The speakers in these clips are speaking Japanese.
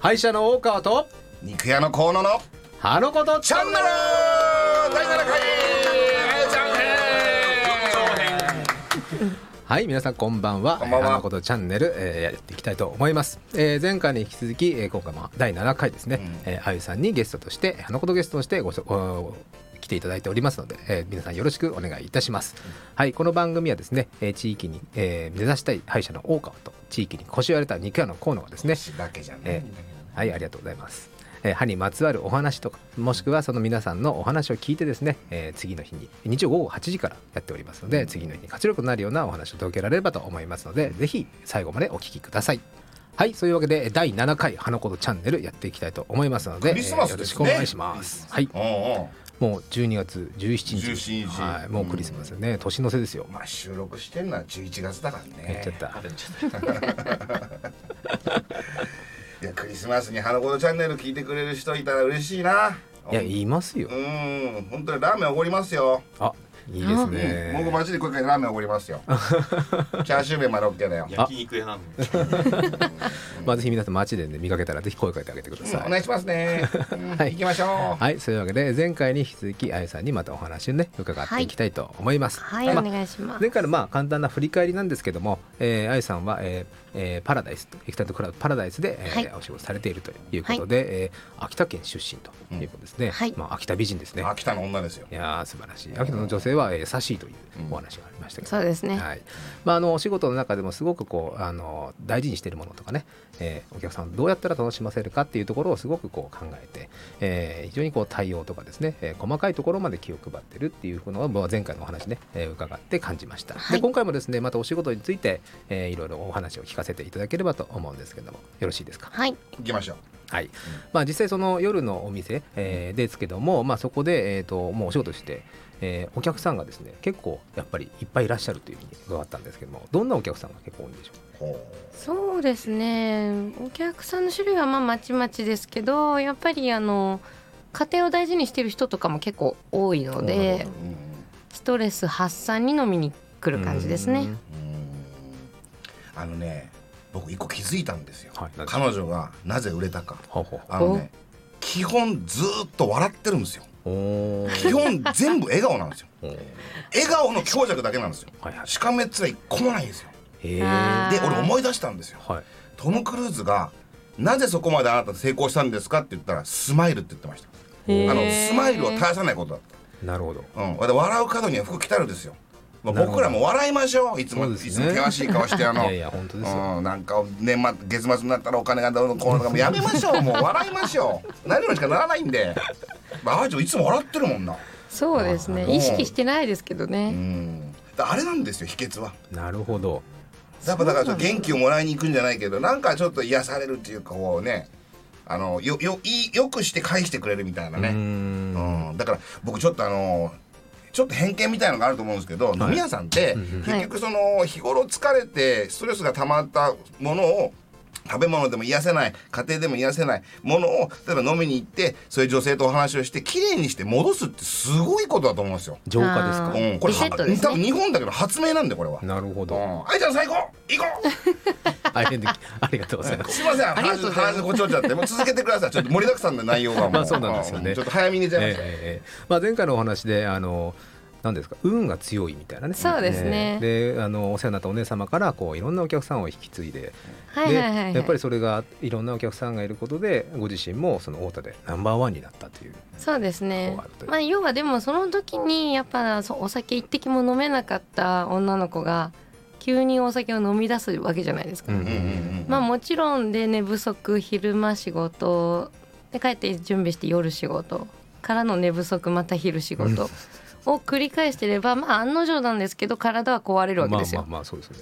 敗者の大川と肉屋の河野のあのことチャンネル第7回はい皆さんこんばんはこんばんはえーあのことチャンネル、えーやっていきたいと思います、えー前回に引き続き、えー今回も第7回ですね、えーあゆさんにゲストとしてあのことゲストとしてごしょご来ていただいておりますので、えー皆さんよろしくお願いいたします、はいこの番組はですね、えー地域に、えー目指したい歯医者の大川と地域に腰を割れた肉屋の河野がですねだけじゃえーはいありがとうございます、えー歯にまつわるお話とかもしくはその皆さんのお話を聞いてですね、えー次の日に日曜午後8時からやっておりますので、次の日に活力になるようなお話を届けられればと思いますのでぜひ最後までお聞きくださいはいそういうわけで第7回「花子とチャンネル」やっていきたいと思いますのでクリスマスよでろすしねくお願いします、はいうんうんもう12月17日17日はい、もうクリスマスよね、年の瀬ですよまあ収録してんのは11月だからねやっちゃった、いやクリスマスに花子のチャンネル聞いてくれる人いたら嬉しいないや言いますようん本当にラーメンおごりますよ、あいいですね、僕マジでこれからラーメンおごります よチャーシュー麺まで OK だよ焼肉屋なんでまあ、ぜひ皆さん街で、ね、見かけたらぜひ声かけてあげてください、お願いしますね、うん はい行きましょう、はい、そういうわけで前回に引き続きあゆさんにまたお話をね伺っていきたいと思います。はい、まあお願いします前。回のまあ簡単な振り返りなんですけども、えー、あゆさんは、えーえーパラダイス液体とクラウドパラダイスで、えーはいお仕事されているということで、えー秋田県出身ということですね、はいまあ、秋田美人ですね秋田の女ですよいやー素晴らしい秋田の女性は、えー、優しいというお話がありましたけど、そうですねはいまあ、あのお仕事の中でもすごくこうあの大事にしているものとかね、えーお客さんをどうやったら楽しませるかっていうところをすごくこう考えて、えー非常にこう対応とかですね、えー細かいところまで気を配ってるっていうのはまあ前回のお話ね、えー伺って感じました、はいで今回もですねまたお仕事について、えーいろいろお話を聞かせていただければと思うんですけどもよろしいですかはい、行きましょうはいまあ、実際その夜のお店、えーですけども、まあ、そこで、えー、ともうお仕事して、えーお客さんがですね結構やっぱりいっぱいいらっしゃるというふうに伺ったんですけどもどんなお客さんが結構多いんでしょほそうですね。お客さんの種類はまあまちまちですけど、やっぱりあの家庭を大事にしてる人とかも結構多いなのでう、うんストレス発散に飲みに来る感じですうねん。うんあのね僕一個気づいたんですよ、はい何ですか彼女がなぜ売れたかほうほあのね基本ずーっと笑ってるんですようおー基本全部笑顔なんですよおー笑顔の強弱だけなんですよはいはいしかめっ面一個もないんですよへえあで俺思い出したんですよはいトム・クルーズがなぜそこまであなた成功したんですかって言ったらスマイルって言ってましたへーあのスマイルを絶やさないことだったなるほどうん、で笑う角には服着たるですよ。まあなるほど僕らも笑いましょう。いつも、そういですねつも険しい顔してあの。 いやいや本当ですようん、なんか年末月末になったらお金がどうのこうのとかもうやめましょう。もう笑いましょう。何にしかならないんで。まあ、あいついつも笑ってるもんな。そうですね。ー意識してないですけどうね。ん。だあれなんですよ秘訣は。なるほどやっぱだから元気をもらいに行くんじゃないけど、なんかちょっと癒されるっていうかこうね、あのよよいいよくして返してくれるみたいなね。うーんうん、だから僕ちょっとあのちょっと偏見みたいのがあると思うんですけど、飲み屋さんって結局その日頃疲れてストレスが溜まったものを食べ物でも癒せない家庭でも癒せないものを例えば飲みに行ってそういう女性とお話をして綺麗にして戻すってすごいことだと思うんですよ。浄化ですかあーうん、これリセットですねは多分日本だけど発明なんでこれは。なるほうどん、あいちゃん最高行こ う大変でありがとうございますすいませんりが話とうございます話ごちょっちゃってもう続けてくださいちょっと盛りだくさんの内容がもう,、まあそうなんですよねちょっと早めに出ちゃいました、ええええまあ、前回のお話であの何ですか運が強いみたいなねそうですねええであのお世話になったお姉様からこういろんなお客さんを引き継いで,、はいはいはいはい。でやっぱりそれがいろんなお客さんがいることでご自身もその太田でナンバーワンになったというそうですねこうあるというまあ要はでもその時にやっぱそうお酒一滴も飲めなかった女の子が急にお酒を飲み出すわけじゃないですか、うんうんうんうんまあもちろんで寝不足昼間仕事で帰って準備して夜仕事からの寝不足また昼仕事を繰り返してればまあ案の定なんですけど体は壊れるわけまあですまよ、あまあそうですね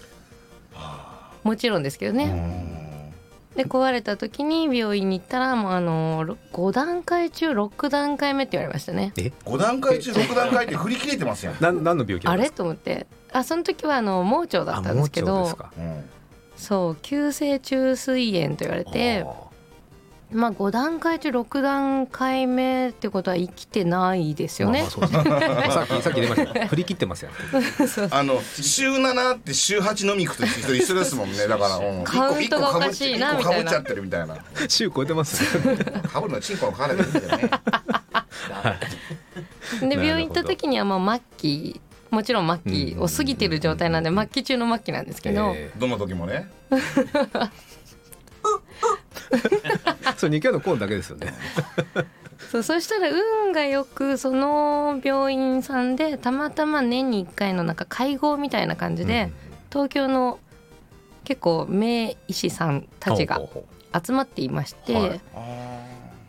もちろんですけどね、で壊れた時に病院に行ったらもうあの5段階中6段階目って言われましたねえ。5段階中6段階って振り切れてますやんなん何の病気なあんでれすかと思ってあその時はあの盲腸だったんですけ盲腸でどすかうんそう急性虫垂炎と言われてあまあ5段階中6段階目ってことは生きてないですよねまあ、。そうですね さっきさっき出ましたけど振り切ってますよあの週7って週8飲み行くと一緒一緒ですもんねだから、うん、カウントがおかしいな一個かぶっみたいなちゃってるみたいな週超えてますかぶるのチンコの皮だけですよねでなるほど病院行った時にはもう末期もちろん末期を過ぎてる状態なんで末期中の末期なんですけど、 えどの時もねーそれ2回のコーンだけですよねそうそしたら運がよくその病院さんでたまたま年に1回のなんか会合みたいな感じで、東京の結構名医師さんたちがほうほうほ集まっていまして、はい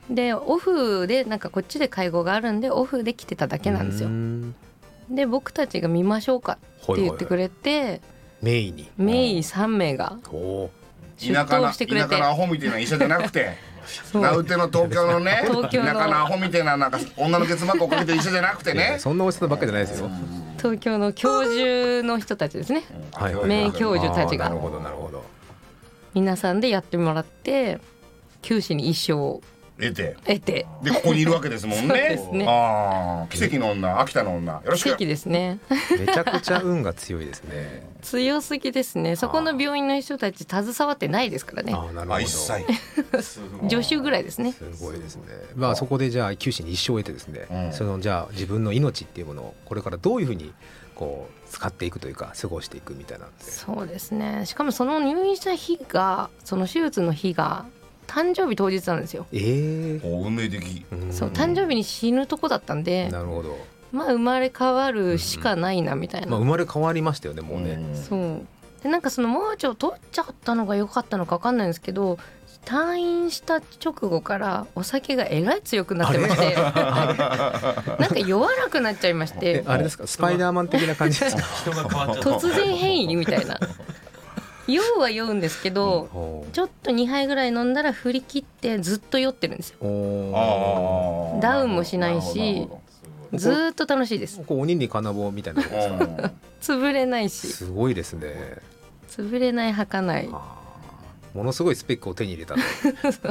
でオフでなんかこっちで会合があるんでオフで来てただけなんですよう。んで僕たちが見ましょうかって言ってくれて、メインに名医3名がおー出田舎頭なして田くれ舎てのアホみたいな医者じゃなく て名打ての東京のね東京の田舎のアホみたいななんか女のケツ膜をかけてる医者じゃなくていやねそんなおいしさばっかりじゃないですよ東京の教授の人たちですねはいはい名教授たちがあーなるほどなるほど皆さんでやってもらって九死に一生を得て得てでここにいるわけですもんそうねですねああ奇跡の女秋田の女よろし奇く跡ですね めちゃくちゃ運が強いですね強すぎですねそこの病院の人たち携わってないですからねあーなるほあど一切助手ぐらいですねすごいですね。まあそこでじゃあ九死に一生を得てですね、うんそのじゃあ自分の命っていうものをこれからどういうふうにこう使っていくというか過ごしていくみたいなんで。そうですねしかもその入院した日がその手術の日が誕生日当日なんですよ、ええお運命的んそう誕生日に死ぬとこだったんでなるほど。まあ生まれ変わるしかないなみたいな、まあ生まれ変わりましたよねもうね。そうでなんかその盲腸を取っちゃったのが良かったのか分かんないんですけど退院した直後からお酒がえらい強くなってまして なんか弱らくなっちゃいましえてあれですかスパイダーマン的な感じですか。人が変わっちゃった突然変異みたいな酔うは酔うんですけど おちょっと2杯ぐらい飲んだら振り切ってずっと酔ってるんですよあおー。ーダウンもしないしずーっと楽しいですこう鬼に金棒みたいな。なるほどなるほどうん潰れないしすごいですね。潰れない儚かないあーものすごいスペックを手に入れた。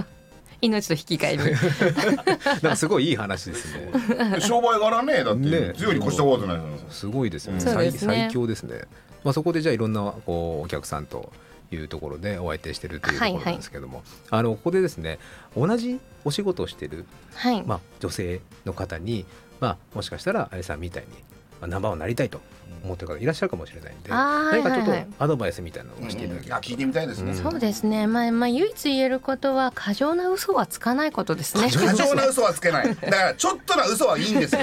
命と引き換 えになんかすごいいい話です ね。 商売柄ねだっねて強いに越したことないですよすごいですよね。そう最ですね最強ですね。まあそこでじゃあいろんなこうお客さんというところでお相手してるというところなんですけども、あのここでですね、同じお仕事をしてるはい、まあ女性の方に、まあもしかしたらあれさんみたいにまあナンバーワンになりたいと思ってる方いらっしゃるかもしれないんで、あーは何いかちょっはいはいとアドバイスみたいなのをしていただけあ聞いてみたいですねうんそうですね、まあ、まあ唯一言えることは過剰な嘘はつかないことですね。過剰な嘘はつけないだからちょっとな嘘はいいんですよ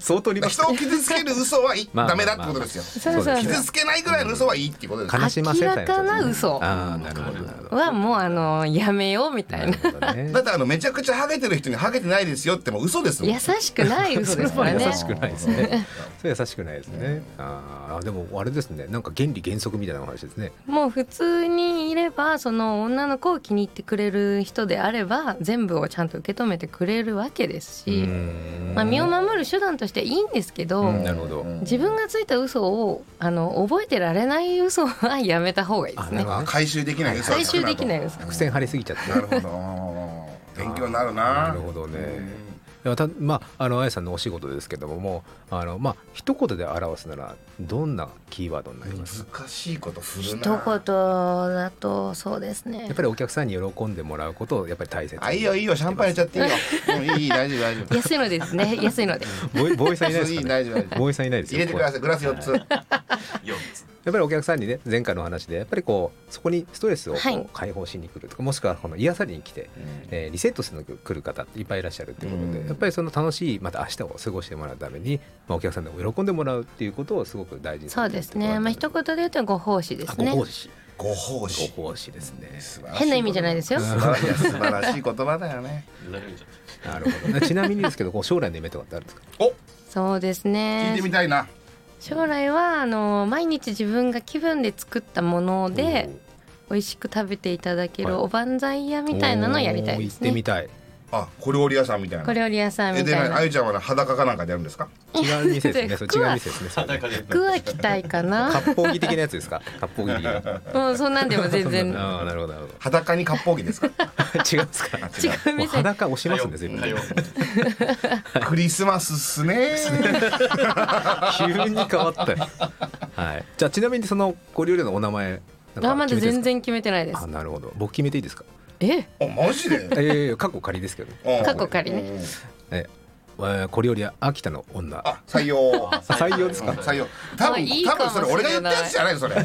相当に人を傷つける嘘はいまあダメだってことですよそうそう傷つけないぐらいの嘘はいいってことですか悲しませたい明らかな嘘ああなるほどなるほど。はもうあのやめようみたないるなほどねだってあのめちゃくちゃハゲてる人にハゲてないですよってもう嘘ですもん優しくない嘘ですからそれはね優。しくないですねそれ優しくないですね。ああでもあれですね。なんか原理原則みたいなお話ですね。もう普通にいればその女の子を気に入ってくれる人であれば全部をちゃんと受け止めてくれるわけですし、まあ、身を守る手段としていいんですけど、うんなるほど。自分がついた嘘をあの覚えてられない嘘はやめた方がいいですあなるねほ。ど回収できない嘘は回つく収なでときない嘘。伏線張りすぎちゃって。なるほど勉強になるななるほどね。いやたまああのあやさんのお仕事ですけどももうあのまあ一言で表すならどんなキーワードになりますか。難しいこと振一る言なだとそうですねやっぱりお客さんに喜んでもらうことをやっぱり大切に。あいいよいいよシャンパン入れちゃっていいよもういいいい大丈夫大丈夫安いのですね安いのでボーイボーイさんいないですいかいね。大丈夫大丈夫ボーイさんいないです入よ。れてくださいグラス4つ4つやっぱりお客さんにね前回のお話でやっぱりこうそこにストレスをこうはい解放しに来るとか、もしくはこの癒されに来て、えーリセットするの来る方っていっぱいいらっしゃるっていうことで、うんやっぱりその楽しいまた明日を過ごしてもらうために、まあ、お客さんでも喜んでもらうっていうことをすごく大事にそうですねまあ一言で言うとご奉仕でですすねねご奉仕ご奉仕ご奉仕ですね変な意味じゃないですよ素晴らしいいや素晴らしい言葉だよね言われるじゃんなるほどちなみにですけどこう将来の夢とかってあるんですかおそうです聞いねてみたいな将来はあの毎日自分が気分で作ったもので美味しく食べていただけはいるおばんざい屋みたいなのをやりたいおーです行ってねみたいあ小料理屋さんみたいな小料理屋さんえみでたいあなゆちゃんはね裸かなんかでやるんですか違う店ですね。そ服れ違うは店ですね。それね裸で服は着たいかな割烹着的なやつですか。割烹着的な。 もうそん なんでも全 然ああなるほどなるほど。裸に割烹着ですか違うんですか。違もうう店裸押しますんですよ。火曜火曜クリスマスっすね急に変わったよ。はい。じゃあちなみにそのご料理のお名前なんあかま決だめてるんです全か。然決めてないですあなるほど。僕決めていいですか。えおマジでいやいやいや過去仮ですけど。うん過去仮ねうんええー、小料理屋秋田の女。あ採用採用ですか。採用多あ分いい多かも分それ俺が言ったやつじゃないそれで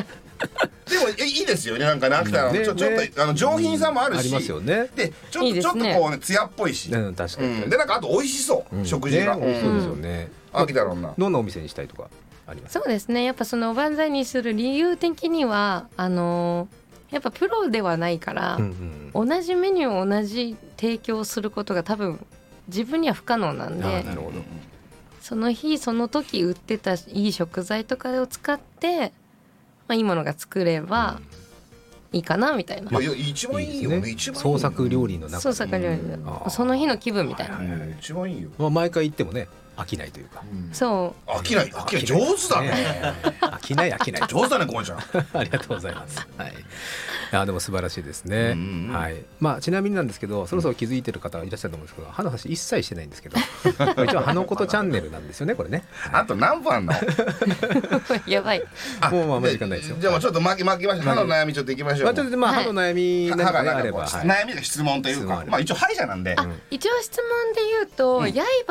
もえいいですよねなんかね秋田のねちょちょっねとあの上品さもあるありしますよね。でちょっいいとでちょっすとねこうね艶っぽいしううん確かに。んでなんかあと美味しそううん食事がね美味しうそうんですよね。秋田の女どんなお店にしたいとかあります。そうですねやっぱそのおばんざいにする理由的にはあのーやっぱプロではないから、うんうん同じメニューを同じ提供することが多分自分には不可能なあんーでなるほど。その日その時売ってたいい食材とかを使って、まあ、いいものが作ればいいかなみたいな、いやいや一番いいよですね一番いいよ創作料理の中創作料理うんあのーその日の気分みたいな、うん一番いいよまあ、毎回行ってもね飽きないというか、そ飽きない飽きない上手だね飽きない飽きない上手だねこうちゃん ありがとうござい ます、はい、あでも素晴らしいですね、うんうんはいまあ、ちなみになんですけどそろそろ気づいてる方いらっしゃると思うんですけど歯の話一切してないんですけ ど一応「歯のことチャンネル」なんですよねこれねあと何分あんのう やばいもうまあまあ時間ないですよじゃあもうちょっと巻き巻きましょう歯の悩みちょっといきましょまうあ、ちょっとまあはい歯の悩み歯なんがかねなあんれかこうば、はい悩みが質問という質問あかればまあ一応歯医者なんであ一応質問で言うと、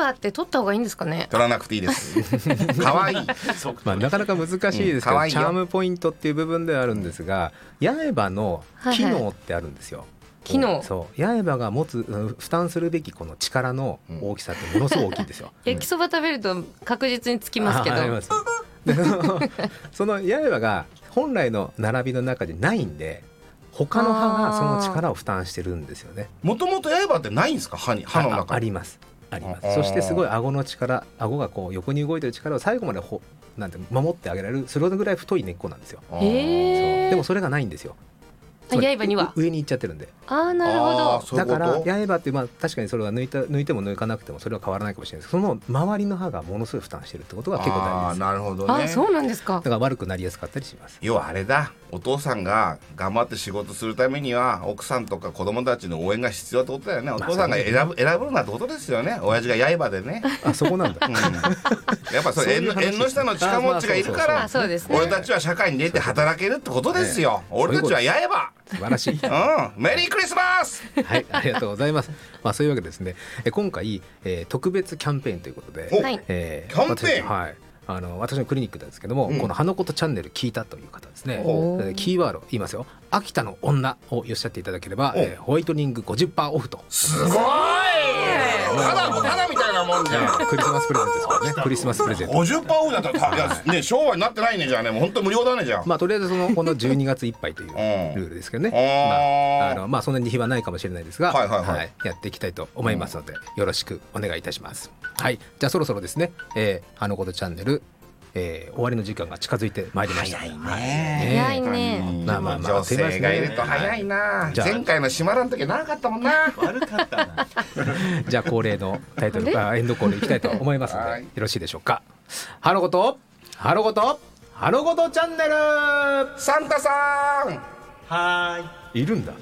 刃って取った方がいいんですかね取らなくていいです 可愛いそうまあ、なかなか難しいですけど、うチん可愛いよャームポイントっていう部分ではあるんですが刃の機能ってあるんですよ。機能そう刃が持つうん負担するべきこの力の大きさってものすごく大きいんですよ。焼きそば食べると確実につきますけど、あありますでそのその刃が本来の並びの中でないんで他の歯がその力を負担してるんですよね。もともと刃ってないんですか歯に歯のああ中あにりますありまあすそしてすごい顎の力顎がこう横に動いてる力を最後までほなんて守ってあげられるそれぐらい太い根っこなんですよ。あーそうへえでもそれがないんですよ。つまり刃にはう上に行っちゃってるんで。ああなるほあーどそういだうこかとら刃ってまあ確かにそれは抜いた抜いても抜かなくてもそれは変わらないかもしれないですけどその周りの歯がものすごい負担してるってことが結構大事であーす。だなるほどあねあそうなんですかから悪くなりやすかったりします。要はあれだお父さんが頑張って仕事するためには奥さんとか子供たちの応援が必要ってことだよねお父さんが選ぶ選ぶなってことですよね親父が刃 でね、あそこなんだうん。やっぱそそうれいう縁の話縁の下の近持ちがいるかまらあそうですね俺たちは社会に出て働けるってことですよ俺たちは刃素晴らしい。うんメリークリスマスはい、ありがとうございます。まあそういうわけでですね。え今回、えー特別キャンペーンということで、おはいえーキャンペーン私はい。あの私のクリニックなんですけども、うんこの花ことチャンネル聞いたという方ですね。えおーーキーワード言いますよ。秋田の女をおっしゃっていただければ、おえーホワイトニング50%オフと。すごいただただみたいなもんじゃんクリスマスプレゼントですからね。クリスマスプレゼント。 50%オフだったらたいやね 昭和になってないねじゃあねもう本当無料だねじゃあまあとりあえずそのこの12月いっぱいという ルんールですけどね。あまーああのまあそんなに日はないかもしれないですが、はいはいはいやっていきたいと思いますのでよろしくお願いいたします。はい、じゃあそろそろですね、えー、あのことチャンネル、えー、終わりの時間が近づいてまいりました。ね早いねまあまあまあ女性がいると早いな、じゃあ前回の閉まらん時長かったもんな悪かったなじゃあ恒例のタイトルあエンドコールいきたいと思いますので、はいよろしいでしょうか。ハロことハロことハロことチャンネルサンタさんはーいいるんだ。